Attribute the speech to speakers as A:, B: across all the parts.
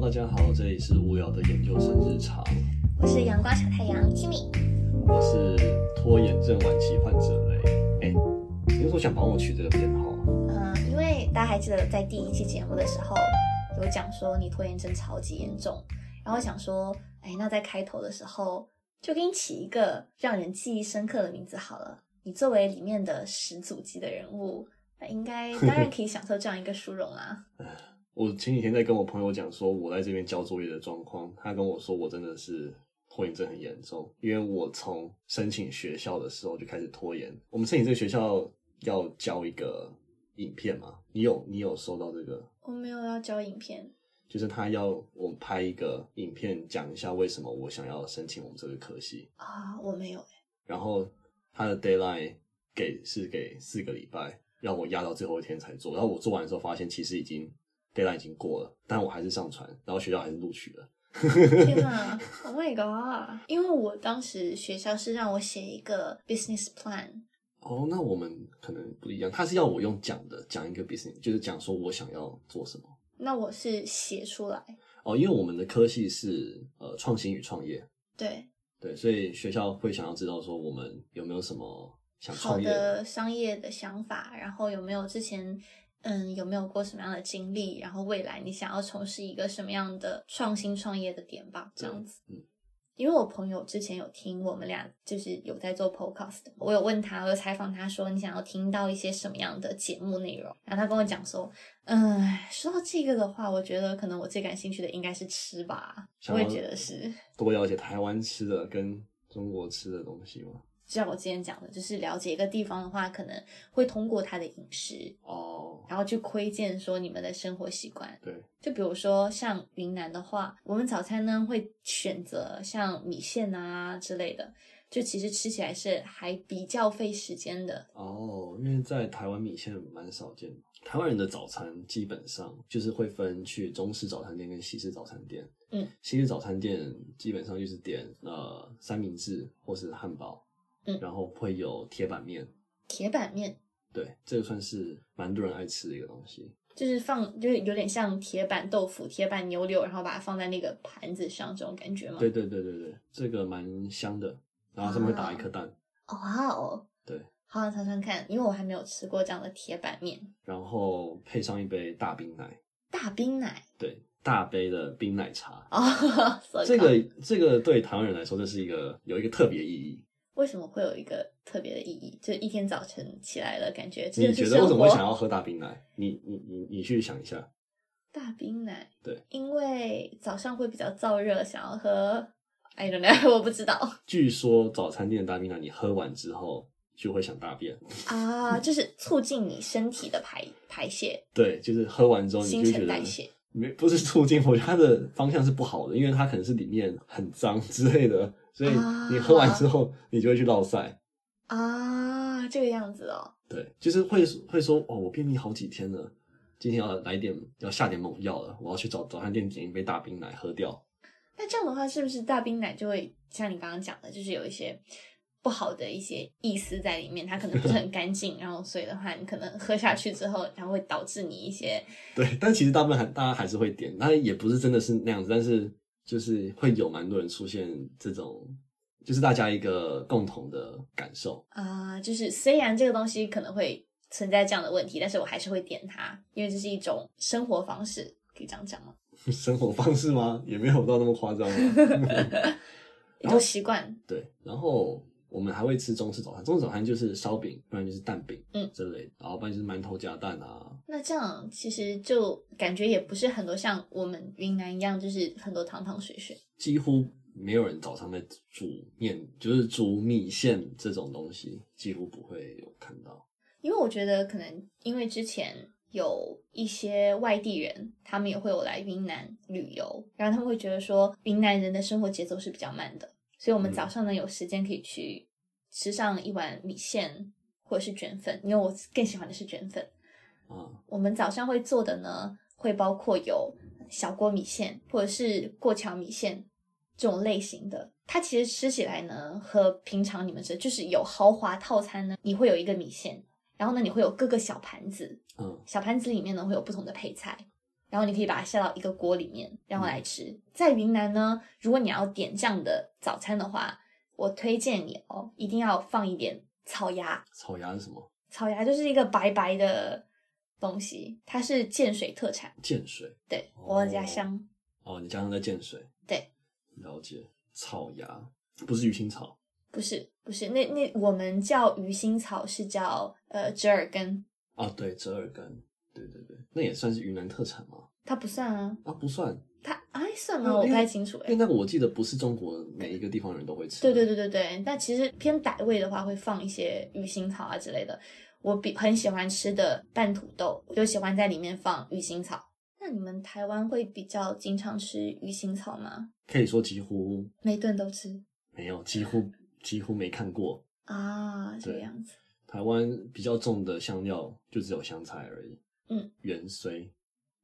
A: 大家好，这里是无聊的研究生日常，
B: 我是阳光小太阳 Kimi，
A: 我是拖延症晚期患者嘞。哎、你为什么想帮我取这个编号啊？
B: 呃，因为大家还记得在第一期节目的时候有讲说你拖延症超级严重，然后想说，哎，那在开头的时候就给你起一个让人记忆深刻的名字好了。你作为里面的始祖级的人物，那应该当然可以享受这样一个殊荣啊啦。
A: 我前几天在跟我朋友讲说我在这边交作业的状况，他跟我说我真的是拖延症很严重，因为我从申请学校的时候就开始拖延。我们申请这个学校要交一个影片嘛，你有你有收到这个？
B: 我没有要交影片，
A: 就是他要我拍一个影片，讲一下为什么我想要申请我们这个科系。
B: 啊，我没有。
A: 然后他的 deadline 给是给四个礼拜，让我压到最后一天才做。然后我做完的时候发现，其实已经 deadline 已经过了，但我还是上传，然后学校还是录取了。
B: 天哪，Oh my god！因为我当时学校是让我写一个 business plan，
A: 哦，那我们可能不一样，他是要我用讲的讲一个 business，就是讲说我想要做什么。
B: 那我是写出来，
A: 哦，因为我们的科系是呃创新与创业，
B: 对，
A: 对，所以学校会想要知道说我们有没有什么想
B: 好
A: 创业的
B: 的商业的想法，然后有没有之前，嗯，有没有过什么样的经历，然后未来你想要从事一个什么样的创新创业的点吧，这样子。
A: 嗯
B: 因为我朋友之前有听我们俩就是有在做 podcast，我有问他，我有采访他说你想要听到一些什么样的节目内容，然后他跟我讲说，嗯，说到这个的话，我觉得可能我最感兴趣的应该是吃吧，
A: 想
B: 我也
A: 要
B: 觉得是。
A: 多了解台湾吃的跟中国吃的东西吗？
B: 就像我之前讲的，就是了解一个地方的话，可能会通过他的饮食，
A: 哦，
B: 然后去窥见说你们的生活习惯。
A: 对，
B: 就比如说像云南的话，我们早餐呢会选择像米线啊之类的，就其实吃起来是还比较费时间的。
A: 哦，因为在台湾米线蛮少见的。台湾人的早餐基本上就是会分去中式早餐店跟西式早餐店。
B: 嗯，
A: 西式早餐店基本上就是点呃三明治或是汉堡，
B: 嗯
A: 然后会有铁板面，
B: 铁板面
A: 对，这个算是蛮多人爱吃的一个东西。
B: 就是放，就是有点像铁板豆腐、铁板牛柳，然后把它放在那个盘子上，这种感觉吗？
A: 对对对对对，这个蛮香的，然后上面会打一颗蛋，
B: 哦哇哦，
A: 对，
B: 好想尝尝看，因为我还没有吃过这样的铁板面。
A: 然后配上一杯大冰奶，
B: 大冰奶
A: 对，大杯的冰奶茶。
B: 哦，所以
A: 这个这个对台湾人来说，这是一个有一个特别意义。
B: 为什么会有一个特别的意义？就是一天早晨起来了，感觉这
A: 你
B: 就是
A: 觉
B: 生
A: 得
B: 活。
A: 为什么会想要喝大冰奶？你你你你去想一下，
B: 大冰奶？
A: 对，
B: 因为早上会比较燥热，想要喝。I don't know，我不 知道
A: 据说早餐店的大冰奶，你喝完之后就会想大便。
B: 啊，就是促进你身体的排排泄、
A: 对，就是喝完之后哦你
B: 新
A: 就觉
B: 陈
A: 得
B: 代谢。
A: 没不是促进，我觉得它的方向是不好的，因为它可能是里面很脏之类的，所以
B: 啊
A: 你喝完之后你就会去落塞。
B: 啊，这个样子哦。
A: 对，就是会会说哦，我便秘好几天了，今天要来点要下点猛药了，我要去找早餐店点一杯大冰奶喝掉。
B: 那这样的话，是不是大冰奶就会像你刚刚讲的，就是有一些不好的一些意思在里面，它可能不是很干净，然后所以的话，你可能喝下去之后，它会导致你一些
A: 对，但其实大部分还大家还是会点，那也不是真的是那样子，但是就是会有蛮多人出现这种，就是大家一个共同的感受。
B: 啊、就是虽然这个东西可能会存在这样的问题，但是我还是会点它，因为这是一种生活方式，可以这样讲吗？
A: 生活方式吗？也没有到那么夸张啊。
B: 一种习惯。
A: 对，然后我们还会吃中式早餐，中式早餐就是烧饼，不然就是蛋饼，
B: 嗯
A: 之类的，然后不然就是馒头加蛋啊。
B: 那这样其实就感觉也不是很多像我们云南一样，就是很多汤汤水水。
A: 几乎没有人早上在煮面，就是煮米线这种东西，几乎不会有看到。
B: 因为我觉得可能因为之前有一些外地人，他们也会有来云南旅游，然后他们会觉得说云南人的生活节奏是比较慢的，所以我们
A: 嗯
B: 早上呢有时间可以去吃上一碗米线或者是卷粉，因为我更喜欢的是卷粉。
A: 啊、
B: 我们早上会做的呢，会包括有小锅米线或者是过桥米线这种类型的。它其实吃起来呢，和平常你们吃就是有豪华套餐呢，你会有一个米线，然后呢你会有各个小盘子，
A: 嗯，
B: 小盘子里面呢会有不同的配菜，然后你可以把它下到一个锅里面，然后来吃。在云南呢，如果你要点这样的早餐的话，我推荐你哦，一定要放一点草芽。
A: 草芽是什么？
B: 草芽就是一个白白的东西，它是建水特产，
A: 建水
B: 对
A: 哦
B: 我家乡。
A: 哦，你家乡在建水？
B: 对，
A: 了解。草芽不是鱼腥草，
B: 不是不是，那那我们叫鱼腥草是叫呃折耳根，
A: 啊，对，折耳根，对对对，那也算是云南特产吗？
B: 它不算啊，
A: 啊，不算，
B: 它哎算
A: 嗯
B: 吗？我不
A: 因为
B: 太清楚
A: 因为
B: 哎。
A: 那个我记得不是中国每一个地方人都会吃。
B: 对对对对对，但其实偏傣味的话会放一些鱼腥草啊之类的。我比很喜欢吃的拌土豆，我就喜欢在里面放鱼腥草。那你们台湾会比较经常吃鱼腥草吗？
A: 可以说几乎
B: 每顿都吃
A: 没有，几乎几乎没看过。
B: 啊，这个
A: 对
B: 样子。
A: 台湾比较重的香料就只有香菜而已。
B: 嗯，
A: 芫荽，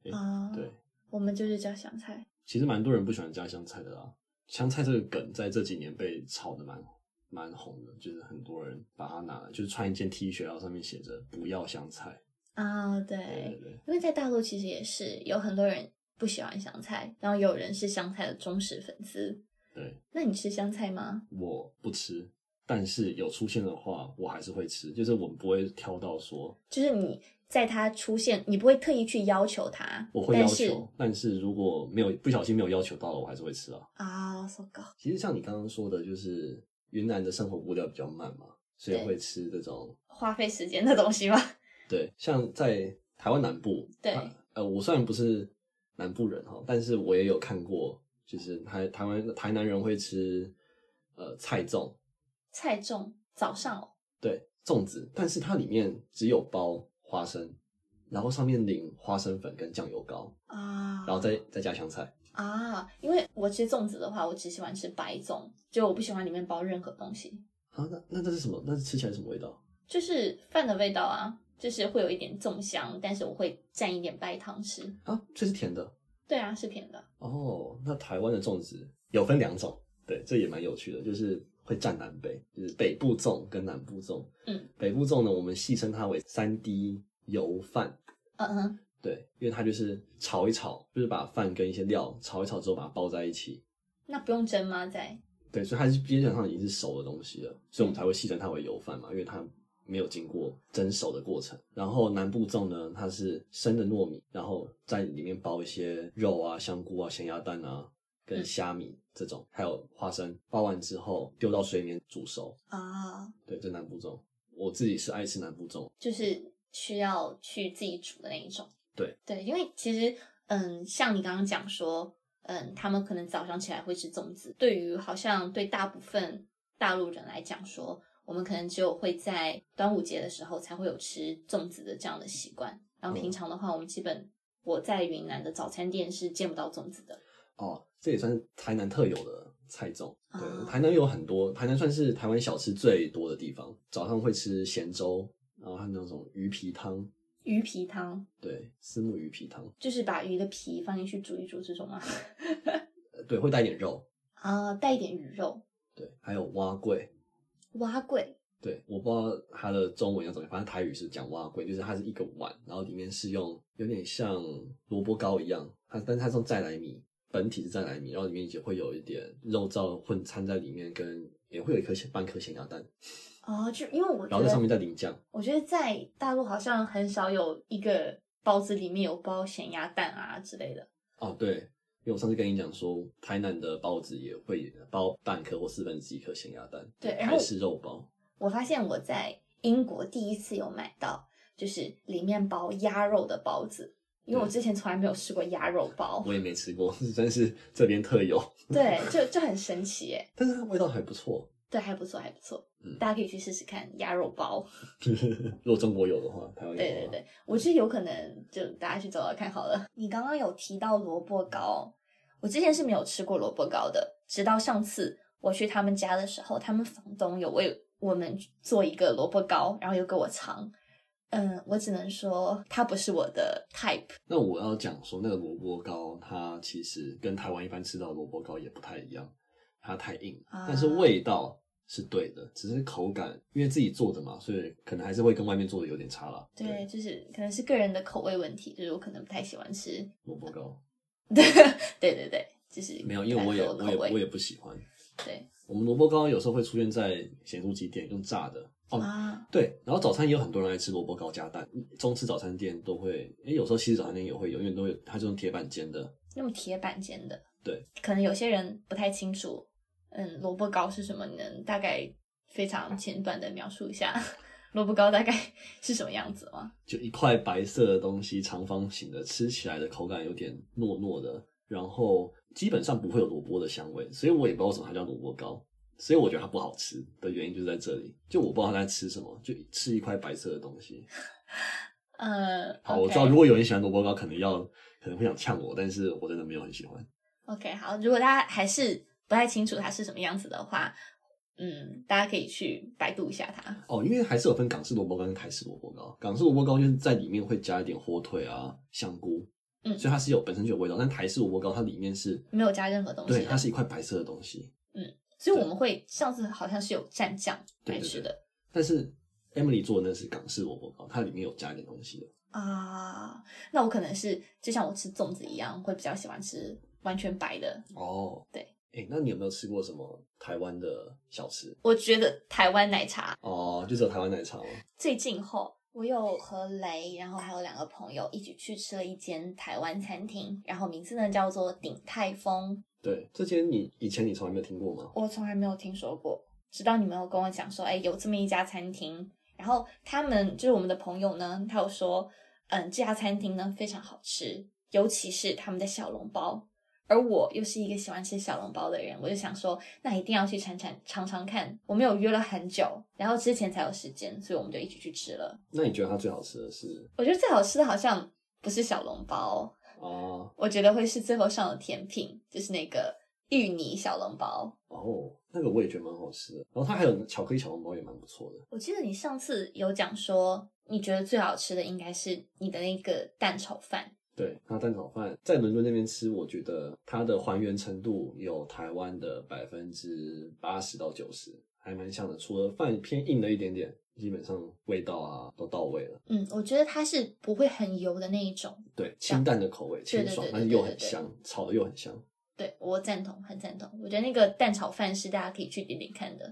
A: 诶
B: 啊，
A: 对，，
B: 我们就是叫香菜。
A: 其实蛮多人不喜欢加香菜的啦。香菜这个梗在这几年被炒的蛮蛮红的，就是很多人把它拿来，就是穿一件 T 恤，然后上面写着“不要香菜
B: 啊，”。
A: 对对对，
B: 因为在大陆其实也是有很多人不喜欢香菜，然后有人是香菜的忠实粉丝。
A: 对
B: 那你吃香菜吗？
A: 我不吃，但是有出现的话，我还是会吃，就是我们不会挑到说
B: 就是你在它出现，你不会特意去要求它，
A: 我会要
B: 但是
A: 求，但是如果没有不小心没有要求到的，我还是会吃啊。
B: 啊，so g
A: 其实像你刚刚说的，就是云南的生活步调比较慢嘛，所以
B: 对
A: 会吃这种
B: 花费时间的东西吗？
A: 对，像在台湾南部，
B: 对
A: 啊呃，我虽然不是南部人哈，但是我也有看过，就是台台湾台南人会吃呃菜粽，
B: 菜粽早上哦，
A: 对，粽子，但是它里面只有包花生，然后上面淋花生粉跟酱油膏，
B: 啊，
A: 然后再再加香菜。
B: 啊，因为我吃粽子的话，我只喜欢吃白粽，就我不喜欢里面包任何东西，
A: 啊，那那这是什么？那是吃起来什么味道？
B: 就是饭的味道啊，就是会有一点粽香，但是我会蘸一点白糖吃。
A: 啊，这是甜的
B: 对啊，是甜的。
A: 哦。那台湾的粽子有分两种，对，这也蛮有趣的，就是会占南北，就是北部粽跟南部粽。
B: 嗯，
A: 北部粽呢，我们戏称它为三滴油饭，
B: 嗯嗯。
A: 对，因为它就是炒一炒，就是把饭跟一些料炒一炒之后把它包在一起，
B: 那不用蒸吗？在
A: 对，所以它是基本上已经是熟的东西了，所以我们才会戏称它为油饭嘛，因为它没有经过蒸熟的过程。然后南部粽呢，它是生的糯米，然后在里面包一些肉啊、香菇啊、咸鸭蛋啊。跟虾米这种，还有花生，包完之后丢到水里面煮熟。
B: 啊，
A: 对，这南部粽，我自己是爱吃南部粽。
B: 就是需要去自己煮的那一种。
A: 对
B: 对，因为其实嗯，像你刚刚讲说，嗯，他们可能早上起来会吃粽子，对于好像对大部分大陆人来讲说，我们可能只有会在端午节的时候才会有吃粽子的这样的习惯，然后平常的话，我们基本我在云南的早餐店是见不到粽子的。
A: 哦，这也算是台南特有的菜粽。对，
B: 哦
A: 台南有很多，台南算是台湾小吃最多的地方。早上会吃咸粥，然后还有那种鱼皮汤，
B: 鱼皮汤
A: 对，丝木鱼皮汤，
B: 就是把鱼的皮放进去煮一煮这种吗？
A: 呃对，会带点肉，
B: 啊，带一点鱼肉，
A: 对，还有蛙桂，
B: 蛙桂。
A: 对，我不知道它的中文要怎么，反正台语是讲蛙桂，就是它是一个碗，然后里面是用有点像萝卜糕一样，它但是它是用再来米，本体是再来米，然后里面也会有一点肉燥混掺在里面，跟也会有一颗咸半颗咸鸭蛋，
B: 哦，就因为我
A: 然
B: 觉
A: 后在上
B: 得，
A: 面再淋酱。
B: 我觉得在大陆好像很少有一个包子里面有包咸鸭蛋啊之类的。
A: 哦，对，因为我上次跟你讲说，台南的包子也会包半颗或四分之一颗咸鸭蛋，
B: 对然后
A: 台式肉包，
B: 我发现我在英国第一次有买到，就是里面包鸭肉的包子，因为我
A: 对
B: 之前从来没有吃过鸭肉包
A: 我。也没吃过， 但是这边特有，
B: 对，就就很神奇耶。
A: 但是它味道还不错。
B: 对，还不错，还不错，
A: 嗯
B: 大家可以去试试看鸭肉包。
A: 如果中国有的话，台湾有的
B: 对
A: 话
B: 对对，我觉得有可能就大家去找找看好了。你刚刚有提到萝卜糕，我之前是没有吃过萝卜糕的，直到上次我去他们家的时候，他们房东有为我们做一个萝卜糕，然后有给我尝。嗯，我只能说它不是我的 type。
A: 那我要讲说，那个萝卜糕它其实跟台湾一般吃到的萝卜糕也不太一样，它太硬，
B: 啊
A: 但是味道是对的，只是口感，因为自己做的嘛，所以可能还是会跟外面做的有点差啦。
B: 对，，就是可能是个人的口味问题，就是我可能不太喜欢吃。
A: 萝卜糕
B: 对对对，就是
A: 没有，因为我也
B: 不太
A: 我也
B: 合口味
A: 我也不喜欢。
B: 对
A: 我们萝卜糕有时候会出现在咸酥鸡店，用炸的哦。
B: 啊，
A: 对，然后早餐也有很多人爱吃萝卜糕加蛋，中式早餐店都会，诶，有时候西式早餐店也会有，因为都有，它是用铁板煎的，
B: 那种铁板煎的，
A: 对，
B: 可能有些人不太清楚，嗯，萝卜糕是什么？你能大概非
A: 嗯
B: 常简短的描述一下 萝卜糕大概是什么样子吗？
A: 就一块白色的东西，长方形的，吃起来的口感有点糯糯的，然后基本上不会有萝卜的香味，所以我也不知道为什么它叫萝卜糕，所以我觉得它不好吃的原因就是在这里，就我不知道它在吃什么，就吃一块白色的东西。
B: 呃，
A: 好
B: o k
A: 我知道如果有人喜欢萝卜糕，可能要可能会想呛我，但是我真的没有很喜欢。
B: OK，好，如果大家还是不太清楚它是什么样子的话，嗯，大家可以去百度一下它。
A: 哦，因为还是有分港式萝卜糕跟台式萝卜糕。港式萝卜糕就是在里面会加一点火腿啊、香菇，
B: 嗯
A: 所以它是有本身就有味道。但台式萝卜糕它里面是，
B: 没有加任何东西的
A: 对，它是一块白色的东西。
B: 所以我们会上次好像是有蘸酱
A: 对
B: 来
A: 对
B: 吃的
A: 但是 Emily 做的那是港式萝卜糕，它里面有加一点东西的。
B: 啊。那我可能是就像我吃粽子一样，会比较喜欢吃完全白的。
A: 哦，
B: 对。
A: 哎，那你有没有吃过什么台湾的小吃？
B: 我觉得台湾奶茶
A: 哦，就只有台湾奶茶吗？
B: 最近后。我有和雷，然后还有两个朋友一起去吃了一间台湾餐厅，然后名字呢叫做鼎泰丰
A: 对，这间你以前你从来没有听过吗？
B: 我从来没有听说过，直到你们有跟我讲说，哎，有这么一家餐厅，然后他们就是我们的朋友呢，他有说，嗯，这家餐厅呢非常好吃，尤其是他们的小笼包。而我又是一个喜欢吃小笼包的人，我就想说，那一定要去尝尝尝尝看。我们有约了很久，然后之前才有时间，所以我们就一起去吃了。
A: 那你觉得它最好吃的是？
B: 我觉得最好吃的好像不是小笼包，
A: 哦
B: 我觉得会是最后上的甜品，就是那个芋泥小笼包。
A: 哦，那个我也觉得蛮好吃的。然后它还有巧克力小笼包也蛮不错的。
B: 我记得你上次有讲说，你觉得最好吃的应该是你的那个蛋炒饭。
A: 对，那蛋炒饭在伦敦那边吃，我觉得它的还原程度有台湾的百分之八十到九十，还蛮像的。除了饭偏硬了一点点，基本上味道啊都到位了。
B: 嗯，我觉得它是不会很油的那一种。
A: 对，清淡的口味，清爽
B: 对对对，
A: 但是又很
B: 对对对
A: 香，炒的又很香。
B: 对我赞同，很赞同。我觉得那个蛋炒饭是大家可以去点点看的。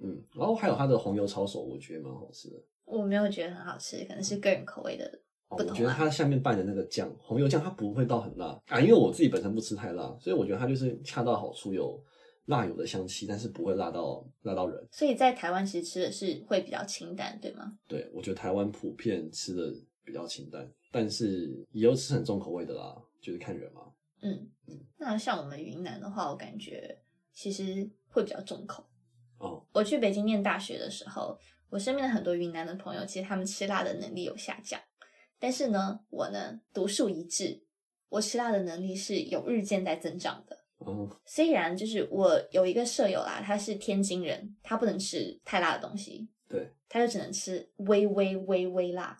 A: 嗯，然后还有它的红油抄手，我觉得蛮好吃的。
B: 我没有觉得很好吃，可能是个人口味的。
A: 哦，
B: 不
A: 我
B: 同啊
A: 觉得
B: 辣
A: 它下面拌的那个酱，红油酱，它不会到很辣啊，因为我自己本身不吃太辣，所以我觉得它就是恰到好处，有辣油的香气，但是不会辣到辣到人。
B: 所以在台湾其实吃的是会比较清淡，对吗？
A: 对，我觉得台湾普遍吃的比较清淡，但是也有吃很重口味的啦，就是看人嘛。
B: 嗯，那像我们云南的话，我感觉其实会比较重口。
A: 哦，
B: 我去北京念大学的时候，我身边的很多云南的朋友，其实他们吃辣的能力有下降，但是呢，我呢独树一帜，我吃辣的能力是有日渐在增长的。
A: 嗯，
B: 虽然就是我有一个舍友啦，他是天津人，他不能吃太辣的东西，
A: 对，
B: 他就只能吃微微微微辣。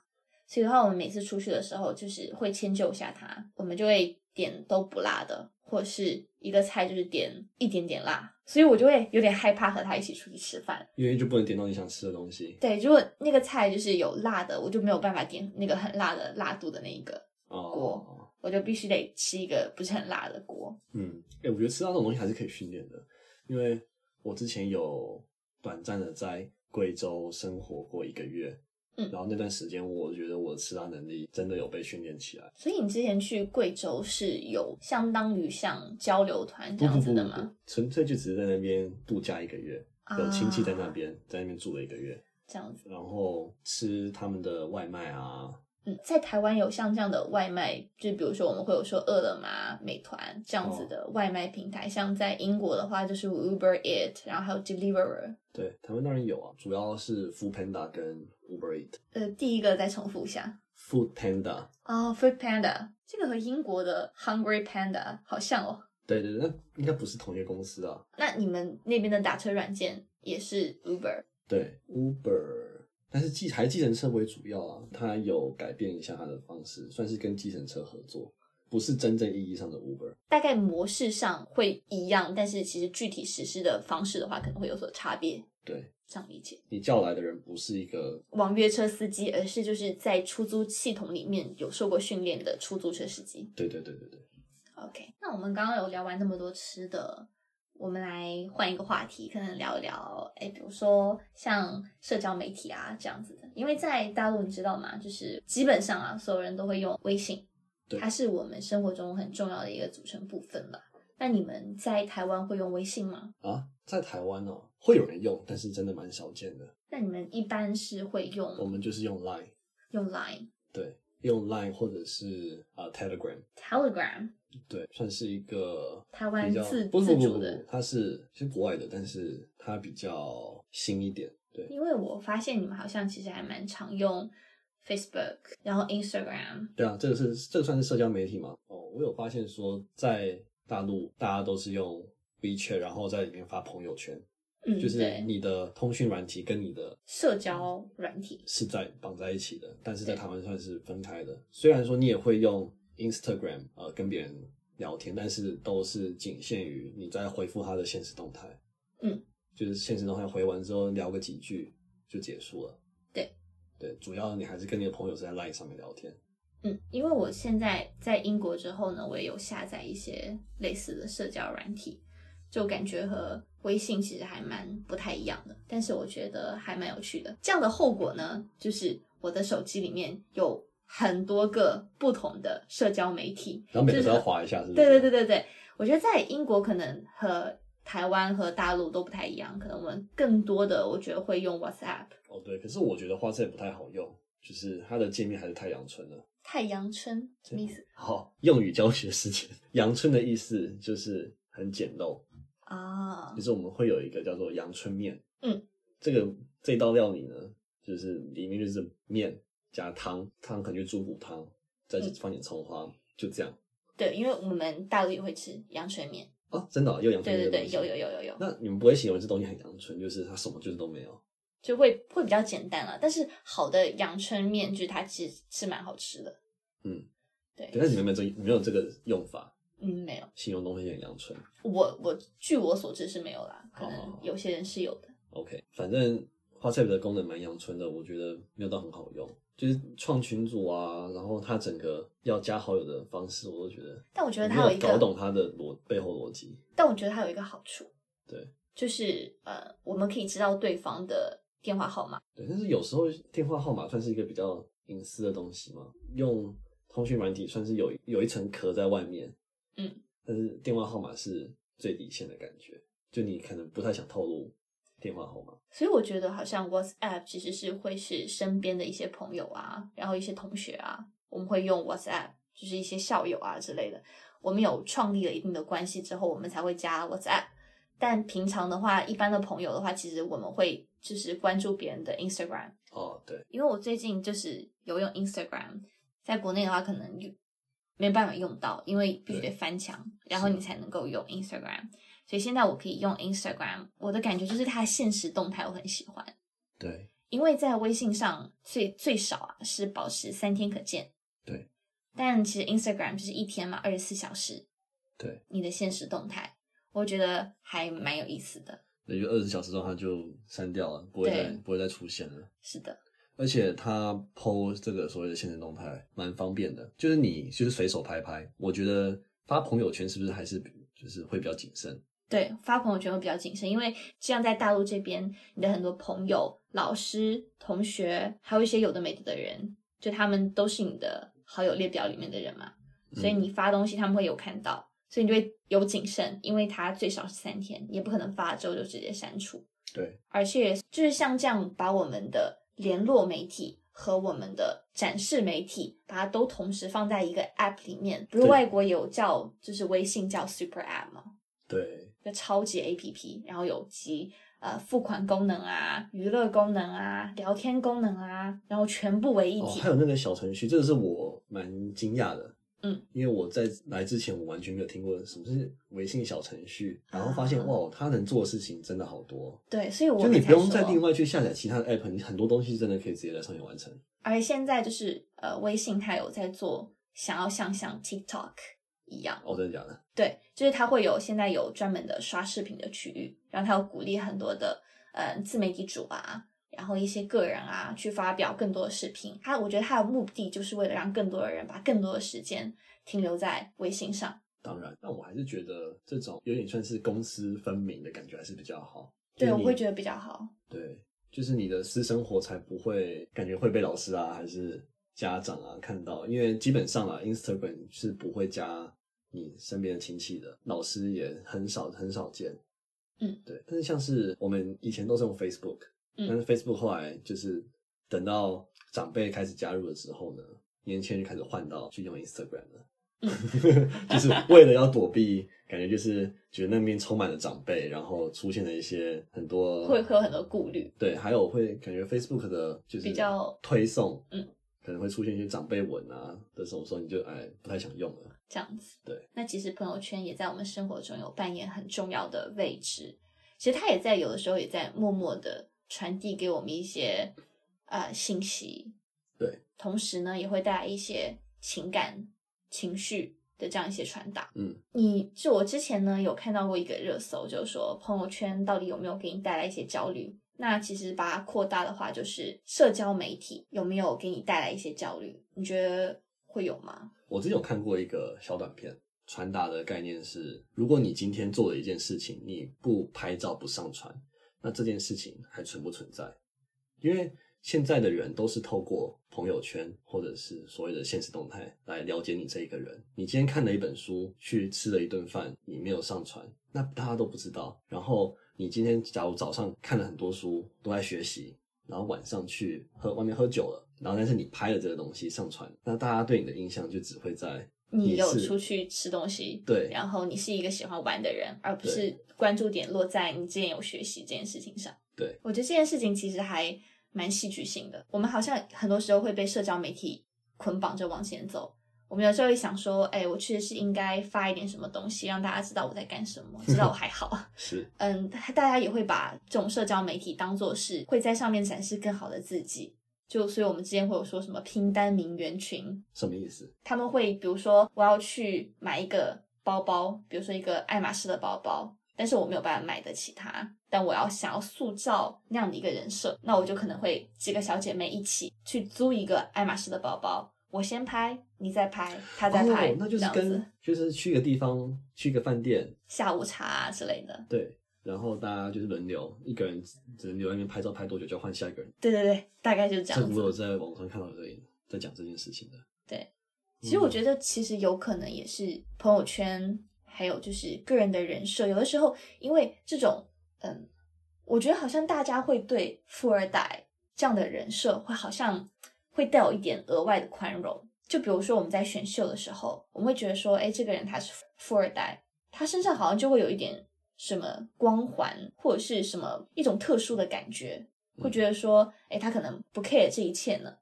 B: 所以的话，我们每次出去的时候，就是会迁就一下他，我们就会点都不辣的，或是一个菜就是点一点点辣。所以我就会有点害怕和他一起出去吃饭，
A: 因为就不能点到你想吃的东西。
B: 对，如果那个菜就是有辣的，我就没有办法点那个很辣的辣度的那一个，
A: 哦
B: 锅，我就必须得吃一个不是很辣的锅。
A: 嗯，哎、我觉得吃到这种东西还是可以训练的，因为我之前有短暂的在贵州生活过一个月，
B: 嗯
A: 然后那段时间我觉得我的吃辣能力真的有被训练起来。
B: 所以你之前去贵州是有相当于像交流团这
A: 不
B: 样
A: 不
B: 子
A: 不
B: 的
A: 不
B: 吗？
A: 不，纯粹就只是在那边度假一个月，有亲戚在那
B: 啊、
A: 边，在那边住了一个月，
B: 这样子。
A: 然后吃他们的外卖啊，
B: 嗯，在台湾有像这样的外卖，就比如说我们会有说饿了么、啊美团这样
A: 哦
B: 子的外卖平台，像在英国的话就是 Uber Eat，然后还有 Deliveroo。
A: 对，台湾当然有啊，主要是 Food Panda 跟 Uber Eat。
B: 呃，第一个再重复一下，
A: Food Panda，
B: 哦，Food Panda，这个和英国的 Hungry Panda 好像哦。
A: 对对对，那应该不是同一个公司啊。
B: 那你们那边的打车软件也是 Uber？
A: 对，Uber，但是计还是计程车为主要啊，它有改变一下它的方式，算是跟计程车合作。不是真正意义上的 Uber。
B: 大概模式上会一样，但是其实具体实施的方式的话，可能会有所差别。
A: 对
B: 这样理解，
A: 你叫来的人不是一个
B: 网约车司机，而是就是在出租系统里面有受过训练的出租车司机。
A: 对对对对对，
B: OK，那我们刚刚有聊完那么多吃的，我们来换一个话题，可能聊一聊，哎，比如说像社交媒体啊这样子的，因为在大陆你知道吗？就是基本上啊，所有人都会用微信，
A: 对
B: 它是我们生活中很重要的一个组成部分了。那你们在台湾会用微信吗？
A: 啊，在台湾哦会有人用，但是真的蛮少见的。
B: 那你们一般是会
A: 我
B: 用
A: 们就是用 Line，
B: 用 Line、
A: 对，用 Line 或者是啊、呃 Telegram，
B: Telegram、
A: 对，算是一个
B: 台湾
A: 比较
B: 自
A: 不不
B: 自
A: 不
B: 主
A: 不不
B: 的，
A: 它是是国外的，但是它比较新一点。对，
B: 因为我发现你们好像其实还蛮常用 Facebook，然后 Instagram，
A: 对啊，这个是这个算是社交媒体嘛？哦，我有发现说，在大陆大家都是用 WeChat，然后在里面发朋友圈，
B: 嗯，
A: 就是
B: 对，
A: 你的通讯软体跟你的
B: 社交软体，
A: 是在绑在一起的，但是在
B: 对
A: 台湾算是分开的。虽然说你也会用 Instagram 呃跟别人聊天，但是都是仅限于你在回复他的现实动态，
B: 嗯，
A: 就是现实动态回完之后聊个几句就结束了。
B: 对，
A: 对，主要你还是跟你的朋友是在 Line 上面聊天。
B: 嗯，因为我现在在英国之后呢，我也有下载一些类似的社交软体，就感觉和微信其实还蛮不太一样的，但是我觉得还蛮有趣的。这样的后果呢，就是我的手机里面有很多个不同的社交媒体，
A: 然后每
B: 就
A: 个
B: 是
A: 都要划一下，是不是？
B: 对对对对对，我觉得在英国可能和台湾和大陆都不太一样，可能我们更多的我觉得会用 WhatsApp。
A: 哦，对，可是我觉得花菜不太好用，就是它的界面还是太阳春了。
B: 太阳村什么意思
A: 好，用语教学时间，阳春的意思就是很简陋，
B: 啊
A: 就？是我们会有一个叫做阳春面。
B: 嗯，
A: 这个这道料理呢，就是里面就是面加汤，汤可能就猪骨汤，再
B: 嗯
A: 放点葱花，就这样。
B: 对，因为我们大陆也会吃阳春面。
A: 哦，真的哦、有阳春
B: 对
A: 面的
B: 对对，
A: 东西
B: 有有。有有有，
A: 那你们不会形容这东西很阳春，就是它什么就是都没有。
B: 就会会比较简单了。但是好的阳春面就是它其实是蛮好吃的。
A: 嗯，
B: 对
A: 对，但是你们没有这没有这个用法，
B: 嗯，没有，
A: 形容东西很阳春。
B: 我我据我所知是没有啦，可
A: 好好
B: 能
A: 好
B: 有些人是有的。
A: OK，反正 WhatsApp 的功能蛮阳春的，我觉得没有到很好用，就是创群组啊，然后它整个要加好友的方式，我都觉得
B: 但我觉
A: 我
B: 得
A: 没
B: 它有一
A: 有搞
B: 个，
A: 懂它的逻背后逻辑。
B: 但我觉得它有一个好处，
A: 对
B: 就是呃，我们可以知道对方的电话号码。
A: 对，但是有时候电话号码算是一个比较隐私的东西嘛，用通讯软体算是有有一层壳在外面，
B: 嗯，
A: 但是电话号码是最底线的感觉，就你可能不太想透露电话号码。
B: 所以我觉得好像 WhatsApp 其实是会是身边的一些朋友啊，然后一些同学啊，我们会用 WhatsApp，就是一些校友啊之类的。我们有创立了一定的关系之后，我们才会加 WhatsApp。但平常的话，一般的朋友的话，其实我们会就是关注别人的 Instagram，
A: 哦，对，
B: 因为我最近就是有用 Instagram，在国内的话可能就没办法用到，因为必须得
A: 对
B: 翻墙，然后你才能够用 Instagram。所以现在我可以用 Instagram，我的感觉就是它现实动态我很喜欢，
A: 对，
B: 因为在微信上最最少啊是保持三天可见，
A: 对，
B: 但其实 Instagram 就是一天嘛，二十四小时，
A: 对，
B: 你的现实动态，我觉得还蛮有意思的。
A: 也就二十小时之后它就删掉了，不会
B: 对
A: 再不会再出现了。
B: 是的，
A: 而且它 PO 这个所谓的现实动态蛮方便的，就是你就是随手拍拍。我觉得发朋友圈是不是还是比就是会比较谨慎？
B: 对，发朋友圈会比较谨慎，因为像在大陆这边，你的很多朋友、老师、同学，还有一些有的没的的人，就他们都是你的好友列表里面的人嘛，所以
A: 嗯
B: 你发东西他们会有看到，所以你就会有谨慎，因为它最少是三天，也不可能发了之后就直接删除。
A: 对，
B: 而且就是像这样，把我们的联络媒体和我们的展示媒体，把它都同时放在一个 App 里面，不是
A: 对
B: 外国有叫就是微信叫 Super App 吗？
A: 对，
B: 一个超级 APP，然后有集呃付款功能啊、娱乐功能啊、聊天功能啊，然后全部为一
A: 哦，
B: 体。
A: 还有那个小程序，这个是我蛮惊讶的。
B: 嗯，
A: 因为我在来之前，我完全没有听过什么是微信小程序，然后发现、
B: 啊
A: 哇，它能做的事情真的好多，
B: 对，所以我
A: 就你
B: 们
A: 不
B: 才
A: 用
B: 说，
A: 再另外去下载其他的 app，你很多东西真的可以直接在上面完成。
B: 而且现在就是呃，微信它有在做想要像像 TikTok 一样。
A: 哦，真的假的？
B: 对，就是它会有现在有专门的刷视频的区域，然后它有鼓励很多的呃自媒体主啊，然后一些个人啊去发表更多的视频。它我觉得它的目的就是为了让更多的人把更多的时间停留在微信上。
A: 当然，但我还是觉得这种有点算是公私分明的感觉还是比较好。
B: 对，
A: 就是
B: 我
A: 你
B: 会觉得比较好。
A: 对，就是你的私生活才不会感觉会被老师啊，还是家长啊看到，因为基本上啊，Instagram 是不会加你身边的亲戚的，老师也很少很少见。
B: 嗯，
A: 对。但是像是我们以前都是用 Facebook，、
B: 嗯
A: 但是 Facebook 后来就是等到长辈开始加入了之后呢，年轻人就开始换到去用 Instagram 了。
B: 嗯
A: 就是为了要躲避，感觉就是觉得那边充满了长辈，然后出现了一些很多
B: 会会有很多顾虑。
A: 对，还有会感觉 Facebook 的就是
B: 比较
A: 推送，
B: 嗯，
A: 可能会出现一些长辈文啊的时候，所以你就哎不太想用了。
B: 这样子。
A: 对，
B: 那其实朋友圈也在我们生活中有扮演很重要的位置。其实它也在有的时候也在默默的传递给我们一些呃信息，
A: 对，
B: 同时呢也会带来一些情感情绪的这样一些传达。
A: 嗯，
B: 你就我之前呢有看到过一个热搜，就是说朋友圈到底有没有给你带来一些焦虑？那其实把它扩大的话，就是社交媒体有没有给你带来一些焦虑？你觉得会有吗？
A: 我之前有看过一个小短片，传达的概念是，如果你今天做了一件事情，你不拍照不上传，那这件事情还存不存在？因为现在的人都是透过朋友圈或者是所谓的现实动态来了解你这一个人。你今天看了一本书，去吃了一顿饭，你没有上传，那大家都不知道。然后你今天假如早上看了很多书，都在学习，然后晚上去喝外面喝酒了，然后但是你拍了这个东西上传，那大家对你的印象就只会在
B: 你有
A: 是
B: 出去吃东西，
A: 对
B: 然后你是一个喜欢玩的人，而不
A: 对
B: 是关注点落在你之前有学习这件事情上。
A: 对，
B: 我觉得这件事情其实还蛮戏剧性的。我们好像很多时候会被社交媒体捆绑着往前走。我们有时候会想说，哎，我确实是应该发一点什么东西，让大家知道我在干什么，知道我还好。
A: 是
B: 嗯，大家也会把这种社交媒体当做是会在上面展示更好的自己。就所以，我们之前会有说什么拼单名媛群，
A: 什么意思？
B: 他们会比如说我要去买一个包包，比如说一个爱马仕的包包，但是我没有办法买得起它，但我要想要塑造那样的一个人设，那我就可能会几个小姐妹一起去租一个爱马仕的包包，我先拍，你再拍，他再拍，
A: 哦，那就是
B: 这样子
A: 跟就是去一个地方，去一个饭店，
B: 下午茶、啊、之类的。
A: 对，然后大家就是轮流，一个人只只能留在那边拍照拍多久，就要换下一个人。
B: 对对对，大概就是这
A: 这
B: 样
A: 我有
B: 子。
A: 在网上看到有人在讲这件事情的。
B: 对，
A: 嗯
B: 其实我觉得，其实有可能也是朋友圈，还有就是个人的人设。有的时候，因为这种，嗯，我觉得好像大家会对富二代这样的人设，会好像会带有一点额外的宽容。就比如说我们在选秀的时候，我们会觉得说，哎，这个人他是富富二代，他身上好像就会有一点什么光环，或者是什么一种特殊的感觉，会觉得说，哎，他可能不 care 这一切呢。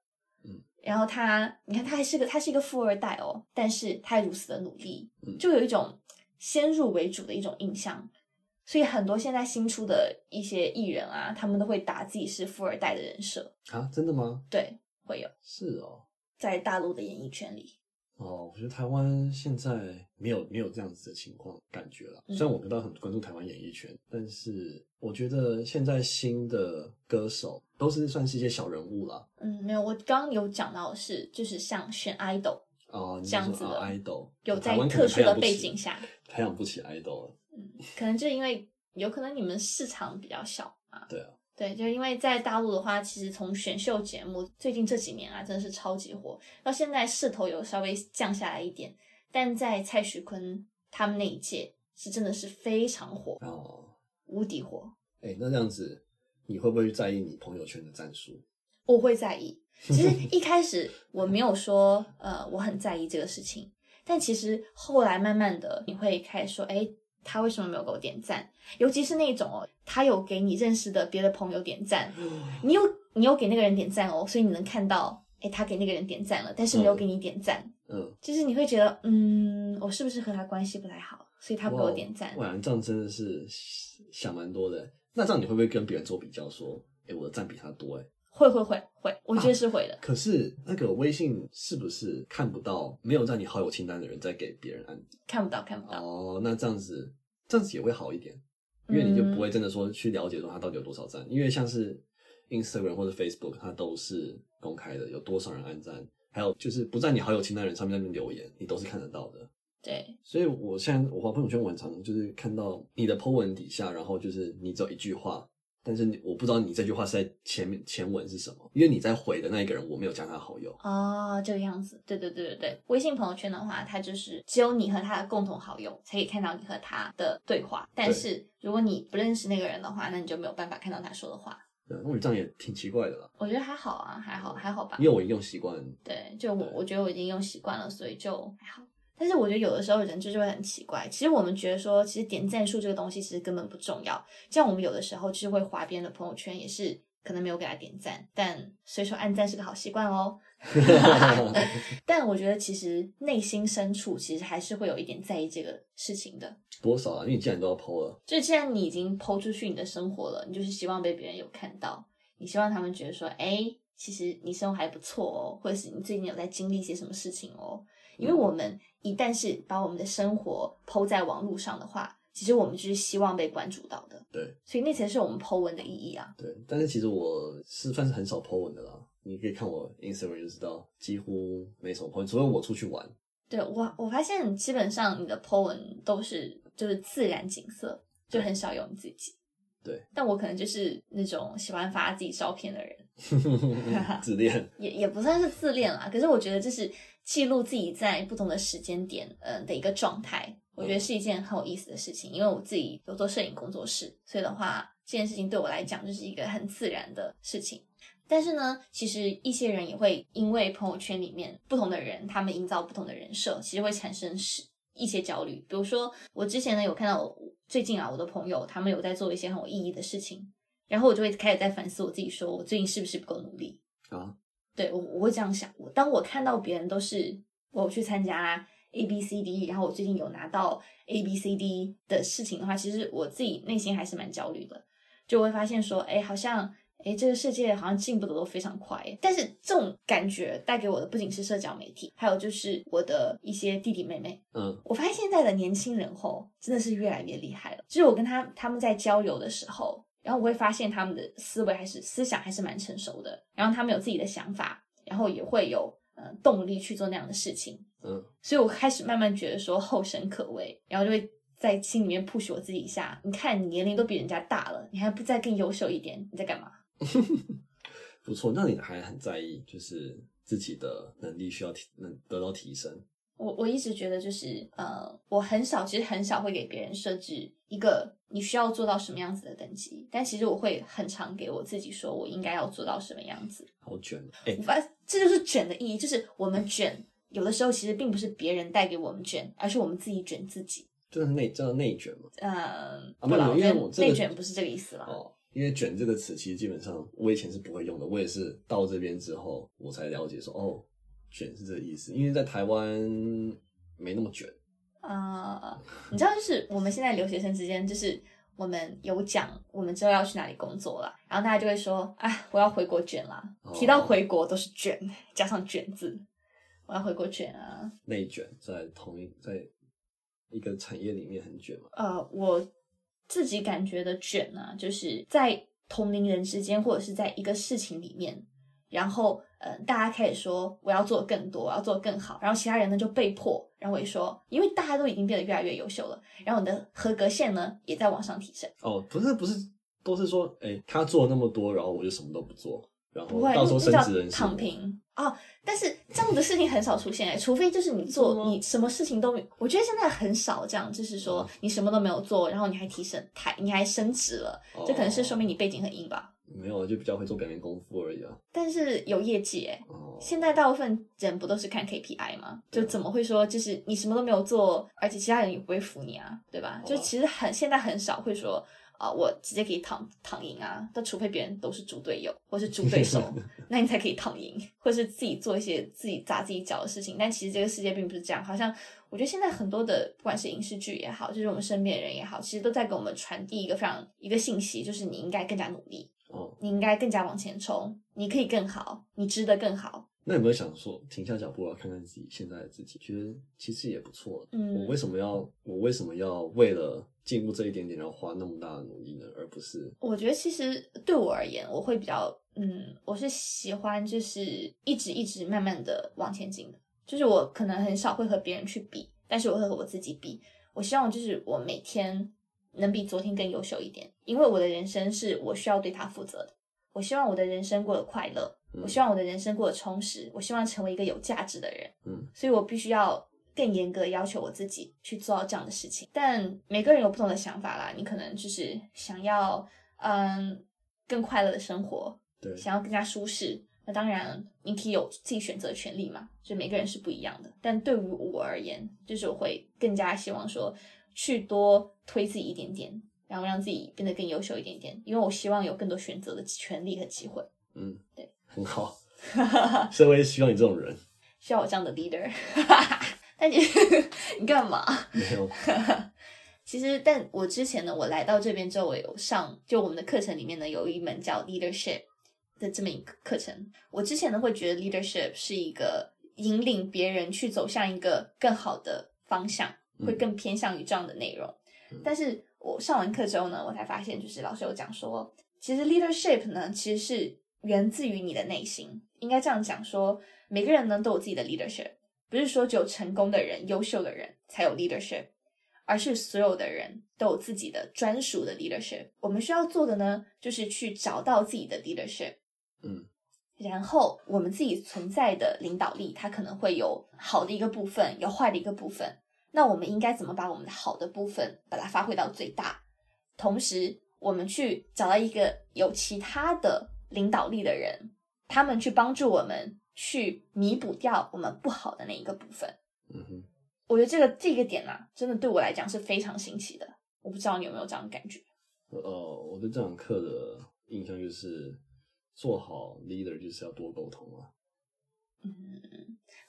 B: 然后他，你看他还是个他是一个富二代哦，但是他如此的努力
A: 嗯，
B: 就有一种先入为主的一种印象。所以很多现在新出的一些艺人啊，他们都会打自己是富二代的人设，
A: 啊，真的吗？
B: 对，会有
A: 是哦，
B: 在大陆的演艺圈里，
A: 哦，我觉得台湾现在没有没有这样子的情况感觉了。
B: 嗯
A: 虽然我不知道很关注台湾演艺圈，但是我觉得现在新的歌手都是算是一些小人物啦。
B: 嗯，没有，我刚刚有讲到的是，就是像选 idol
A: 哦，你
B: 这样
A: 说
B: 子
A: 啊
B: 的
A: idol
B: 有
A: 台
B: 在
A: 湾可能
B: 特殊
A: 培养
B: 的
A: 不
B: 背
A: 起
B: 景下，
A: 培养不起 idol 了。
B: 可能就因为有可能你们市场比较小嘛，
A: 对啊，
B: 对，就因为在大陆的话，其实从选秀节目最近这几年啊，真的是超级火，到现在势头有稍微降下来一点，但在蔡徐坤他们那一届是真的是非常火，
A: 然后
B: 无敌火，
A: 哎、那这样子，你会不会在意你朋友圈的战术？
B: 我会在意。其 实一开始我没有说，呃，我很在意这个事情，但其实后来慢慢的，你会开始说，哎，他为什么没有给我点赞？尤其是那种哦，他有给你认识的别的朋友点赞，
A: 哦
B: 你有你有给那个人点赞哦，所以你能看到，哎，他给那个人点赞了，但是没有给你点赞，
A: 嗯，
B: 就是你会觉得，嗯，我是不是和他关系不太好，所以他不给我
A: 哇哦
B: 点赞？
A: 哇，这样真的是想蛮多的。那这样你会不会跟别人做比较，说，哎、我的赞比他多、欸？哎，
B: 会会会会，我
A: 啊
B: 觉得是会的。
A: 可是那个微信是不是看不到没有在你好友清单的人在给别人按？
B: 看不到，看不到。
A: 哦，那这样子，这样子也会好一点，因为你就
B: 嗯
A: 不会真的说去了解说他到底有多少赞，因为像是 Instagram 或者 Facebook，它都是公开的，有多少人按赞，还有就是不在你好友清单的人上面那边留言，你都是看得到的。
B: 对，
A: 所以我现在我发朋友圈，我很常就是看到你的 po 文底下，然后就是你只有一句话，但是你我不知道你这句话是在前面前文是什么，因为你在回的那一个人我没有加他好友。
B: 哦，这个样子。对对对对对。微信朋友圈的话，它就是只有你和他的共同好友才可以看到你和他的对话，但
A: 对
B: 是如果你不认识那个人的话，那你就没有办法看到他说的话。
A: 对，那我觉得这样也挺奇怪的啦，
B: 我觉得还好啊，还好还好吧
A: 因。为我已经用习惯
B: 对，就我
A: 对
B: 我觉得我已经用习惯了，所以就还好。但是我觉得有的时候人就是会很奇怪。其实我们觉得说，其实点赞数这个东西其实根本不重要。像我们有的时候就是会划别人的朋友圈，也是可能没有给他点赞，但所以说按赞是个好习惯哦。但我觉得其实内心深处其实还是会有一点在意这个事情的。
A: 多少啦，因为你既然都要 po 了，
B: 就既然你已经抛出去你的生活了，你就是希望被别人有看到，你希望他们觉得说，哎，其实你生活还不错哦，或者是你最近有在经历一些什么事情哦。因为我们一旦是把我们的生活抛在网络上的话，其实我们就是希望被关注到的。
A: 对，
B: 所以那才是我们抛文的意义啊。
A: 对，但是其实我是算是很少 po 文的啦。你可以看我 Instagram 就知道，几乎没什么 po 文，除非我出去玩。
B: 对我，我发现基本上你的 po 文都是就是自然景色，就很少有你自己。
A: 对，
B: 但我可能就是那种喜欢发自己照片的人。
A: 自恋，
B: 也也不算是自恋啦，可是我觉得这是记录自己在不同的时间点，嗯、的一个状态，我觉得是一件很有意思的事情。因为我自己有做摄影工作室，所以的话，这件事情对我来讲就是一个很自然的事情。但是呢，其实一些人也会因为朋友圈里面不同的人，他们营造不同的人设，其实会产生是一些焦虑。比如说，我之前呢有看到我最近啊，我的朋友他们有在做一些很有意义的事情，然后我就会开始在反思我自己说我最近是不是不够努力。对我我会这样想，我当我看到别人都是我有去参加 A B C D，然后我最近有拿到 A B C D 的事情的话，其实我自己内心还是蛮焦虑的，就会发现说，哎，好像。哎，这个世界好像进步的都非常快，但是这种感觉带给我的不仅是社交媒体，还有就是我的一些弟弟妹妹，
A: 嗯，
B: 我发现现在的年轻人吼，真的是越来越厉害了。就是我跟他他们在交流的时候，然后我会发现他们的思维还是思想还是蛮成熟的，然后他们有自己的想法，然后也会有呃动力去做那样的事情。
A: 嗯，
B: 所以我开始慢慢觉得说后生可畏，然后就会在心里面 push 我自己一下。你看，你年龄都比人家大了，你还不再更优秀一点，你在干嘛？
A: 不错。那你还很在意，就是自己的能力需要提，能得到提升。
B: 我我一直觉得就是呃，我很少，其实很少会给别人设置一个你需要做到什么样子的等级，但其实我会很常给我自己说，我应该要做到什么样子。
A: 好卷，哎、
B: 我发这就是卷的意义，就是我们卷，有的时候其实并不是别人带给我们卷，而是我们自己卷自己。
A: 就是内叫做内卷嘛。
B: 嗯，
A: 啊
B: 不啦，
A: 没有因为
B: 我觉得
A: 我这个
B: 内卷不是这个意思啦。
A: 哦，因为“卷”这个词，其实基本上我以前是不会用的，我也是到这边之后我才了解说，哦，卷是这个意思。因为在台湾没那么卷，
B: 啊、你知道，就是我们现在留学生之间，就是我们有讲我们之后要去哪里工作啦，然后大家就会说，哎，我要回国卷啦。
A: 哦
B: 提到回国都是卷，加上卷字，我要回国卷啊。
A: 内卷在同一在一个产业里面很卷嘛。
B: 呃，我自己感觉的卷呢、就是在同龄人之间，或者是在一个事情里面，然后呃，大家开始说我要做更多，我要做更好，然后其他人呢就被迫，然后我也说，因为大家都已经变得越来越优秀了，然后你的合格线呢也在往上提升。
A: 哦，不是不是，都是说，哎、他做了那么多，然后我就什么都不做，然后
B: 不会，
A: 哦到时候
B: 那
A: 升
B: 叫
A: 职人是
B: 躺
A: 我
B: 平哦。但是这样的事情很少出现哎、除非就是你
A: 真的
B: 做
A: 吗
B: 你什么事情都没，我觉得现在很少这样，就是说
A: 嗯
B: 你什么都没有做，然后你还提升台，你还升职了，
A: 哦
B: 这可能是说明你背景很硬吧。
A: 没有，啊就比较会做表面功夫而已啊。
B: 但是有业绩哎、
A: 哦，
B: 现在大部分人不都是看 KPI 吗？
A: 对啊
B: 就怎么会说就是你什么都没有做，而且其他人也不会服你啊，对吧？
A: 好吧
B: 就其实很现在很少会说啊、我直接可以躺躺赢啊，但除非别人都是猪队友或是猪 对手，那你才可以躺赢，或是自己做一些自己砸自己脚的事情。但其实这个世界并不是这样，好像我觉得现在很多的不管是影视剧也好，就是我们身边的人也好，其实都在给我们传递一个非常一个信息，就是你应该更加努力。
A: 哦，
B: 你应该更加往前冲，你可以更好，你值得更好。
A: 那有没有想说停下脚步，然后看看自己现在的自己？觉得其实也不错。啊
B: 嗯
A: 我为什么要我为什么要为了进步这一点点，然后花那么大的努力呢？而不是
B: 我觉得其实对我而言，我会比较，嗯，我是喜欢就是一直一直慢慢的往前进的，就是我可能很少会和别人去比，但是我会和我自己比。我希望就是我每天能比昨天更优秀一点，因为我的人生是我需要对它负责的。我希望我的人生过得快乐，
A: 嗯
B: 我希望我的人生过得充实，我希望成为一个有价值的人。
A: 嗯，
B: 所以我必须要更严格要求我自己去做到这样的事情。但每个人有不同的想法啦，你可能就是想要嗯更快乐的生活，
A: 对
B: 想要更加舒适。那当然，你可以有自己选择的权利嘛，就每个人是不一样的。但对于我而言，就是我会更加希望说，去多推自己一点点，然后让自己变得更优秀一点点，因为我希望有更多选择的权利和机会。
A: 嗯，
B: 对，
A: 很 好。社会需要你这种人，
B: 需要我这样的 leader。但你 你干嘛？
A: 没有，
B: 其实，但我之前呢，我来到这边之后，我有上就我们的课程里面呢，有一门叫 leadership 的这么一个课程。我之前呢会觉得 leadership 是一个引领别人去走向一个更好的方向，
A: 嗯
B: 会更偏向于这样的内容
A: 嗯。
B: 但是我上完课之后呢，我才发现，就是老师有讲说，其实 leadership 呢其实是源自于你的内心，应该这样讲说，每个人呢都有自己的 leadership。不是说只有成功的人、优秀的人才有 leadership，而是所有的人都有自己的专属的 leadership。我们需要做的呢，就是去找到自己的 leadership，
A: 嗯，
B: 然后我们自己存在的领导力，它可能会有好的一个部分，有坏的一个部分。那我们应该怎么把我们的好的部分把它发挥到最大？同时，我们去找到一个有其他的领导力的人，他们去帮助我们去弥补掉我们不好的那一个部分。
A: 嗯哼，
B: 我觉得这个这个点啊，真的对我来讲是非常新奇的。我不知道你有没有这样的感觉？
A: 呃，我对这堂课的印象就是做好 leader 就是要多沟通啊。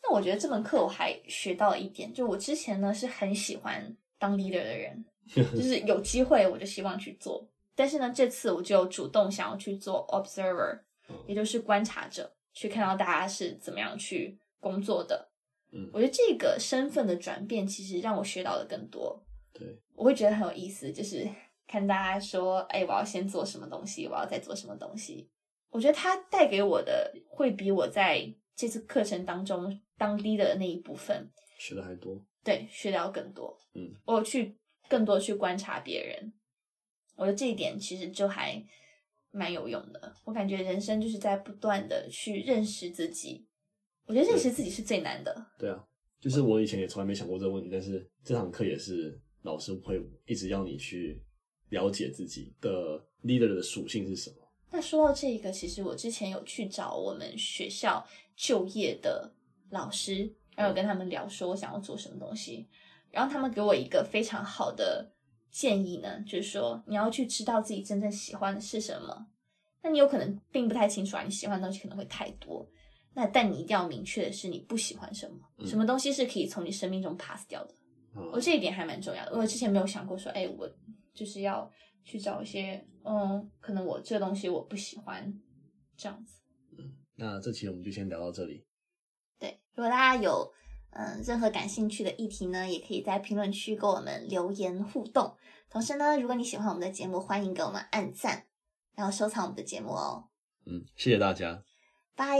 B: 那我觉得这门课我还学到了一点，就我之前呢是很喜欢当 leader 的人，就是有机会我就希望去做。但是呢，这次我就主动想要去做 observer，也
A: 嗯
B: 就是观察者，去看到大家是怎么样去工作的。
A: 嗯
B: 我觉得这个身份的转变，其实让我学到的更多。
A: 对，
B: 我会觉得很有意思，就是看大家说，哎，我要先做什么东西，我要再做什么东西。我觉得它带给我的，会比我在这次课程当中当 leader 的那一部分，
A: 学的还多。
B: 对学到更多。
A: 嗯，
B: 我有去更多去观察别人，我觉得这一点其实就还蛮有用的。我感觉人生就是在不断的去认识自己，我觉得认识自己是最难的。
A: 对啊，就是我以前也从来没想过这个问题，但是这堂课也是老师会一直要你去了解自己的 leader 的属性是什么。
B: 那说到这个，其实我之前有去找我们学校就业的老师，然后有跟他们聊说我想要做什么东西，然后他们给我一个非常好的建议呢，就是说你要去知道自己真正喜欢的是什么。那你有可能并不太清楚啊，你喜欢的东西可能会太多。那但你一定要明确的是你不喜欢什么，
A: 嗯
B: 什么东西是可以从你生命中 pass 掉的。
A: 啊
B: 我这一点还蛮重要的。我之前没有想过说，哎，我就是要去找一些，嗯，可能我这个东西我不喜欢这样子。
A: 那这期我们就先聊到这里。
B: 对，如果大家有嗯任何感兴趣的议题呢，也可以在评论区跟我们留言互动。同时呢，如果你喜欢我们的节目，欢迎给我们按赞，然后收藏我们的节目哦。
A: 嗯，谢谢大家。
B: 拜。